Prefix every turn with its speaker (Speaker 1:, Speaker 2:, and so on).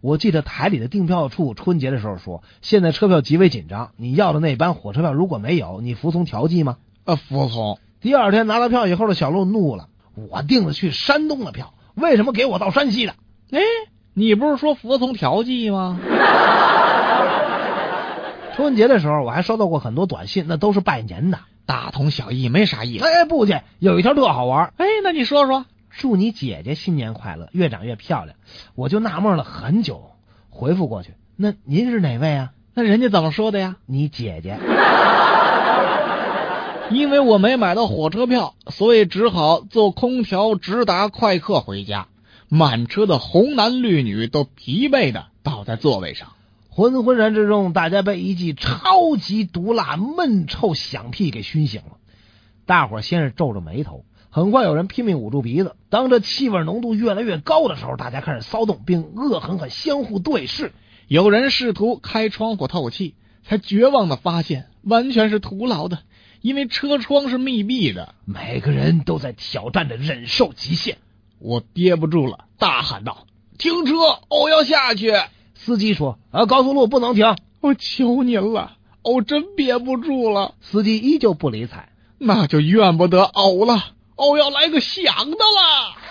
Speaker 1: 我记得台里的订票处春节的时候说，现在车票极为紧张，你要的那班火车票如果没有，你服从调剂吗？
Speaker 2: 呃，服从。
Speaker 1: 第二天拿到票以后的小鹿怒了，我订的去山东的票，为什么给我到山西的？
Speaker 2: 哎，你不是说服从调剂吗？
Speaker 1: 春节的时候我还收到过很多短信，那都是拜年的。
Speaker 2: 大同小异，没啥意思。
Speaker 1: 哎，不去，有一条特好玩，
Speaker 2: 哎，那你说说，
Speaker 1: 祝你姐姐新年快乐，越长越漂亮。我就纳闷了很久，回复过去，那您是哪位啊？
Speaker 2: 那人家怎么说的呀？
Speaker 1: 你姐姐。
Speaker 2: 因为我没买到火车票，所以只好坐空调直达快客回家。满车的红男绿女都疲惫的倒在座位上。
Speaker 1: 昏昏然之中，大家被一记超级毒辣闷臭响屁给熏醒了。大伙儿先是皱着眉头，很快有人拼命捂住鼻子。当这气味浓度越来越高的时候，大家开始骚动，并恶狠狠相互对视。
Speaker 2: 有人试图开窗户透气，才绝望的发现完全是徒劳的，因为车窗是密闭的。
Speaker 1: 每个人都在挑战着忍受极限。
Speaker 2: 我憋不住了，大喊道：“停车！我要下去！”
Speaker 1: 司机说：“啊，高速路不能停。
Speaker 2: 我哦求您了，我真憋不住了。”
Speaker 1: 司机依旧不理睬。
Speaker 2: 哦那就怨不得偶了，偶要来个响的啦！